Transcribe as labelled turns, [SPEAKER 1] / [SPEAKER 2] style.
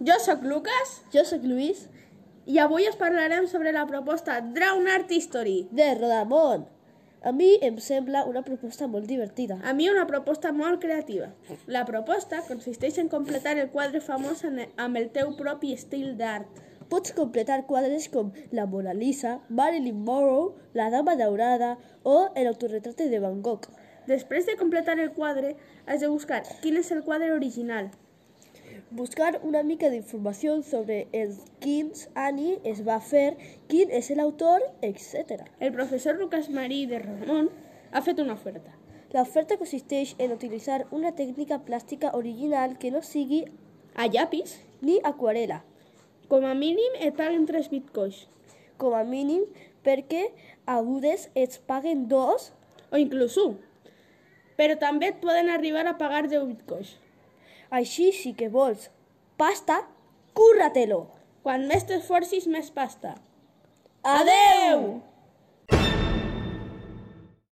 [SPEAKER 1] Jo sóc Lucas
[SPEAKER 2] Jo sóc Lluís
[SPEAKER 1] i avui us parlarem sobre la proposta Drown Art History.
[SPEAKER 2] de Rodamont. A mi em sembla una proposta molt divertida.
[SPEAKER 1] A mi una proposta molt creativa. La proposta consisteix en completar el quadre famós en- amb el teu propi estil d'art.
[SPEAKER 2] Pots completar quadres com la Mona Lisa, Marilyn Monroe, la Dama Daurada o el autorretrate de Van Gogh.
[SPEAKER 1] Després de completar el quadre, has de buscar quin és el quadre original.
[SPEAKER 2] Buscar una mica d'informació sobre els quins anys es va fer, quin és l'autor, etc.
[SPEAKER 1] El professor Lucas Marí de Ramon ha fet una oferta.
[SPEAKER 2] L'oferta consisteix en utilitzar una tècnica plàstica original que no sigui
[SPEAKER 1] A llapis,
[SPEAKER 2] ni aquarela,
[SPEAKER 1] com a mínim et paguen 3 bitcoins,
[SPEAKER 2] com a mínim perquè a Budes es paguen dos
[SPEAKER 1] o inclús 1. Però també et poden arribar a pagar 10 bitcoins.
[SPEAKER 2] Així sí que vols pasta, curra-te-lo!
[SPEAKER 1] Quan més t'esforcis, més pasta.
[SPEAKER 2] Adeu!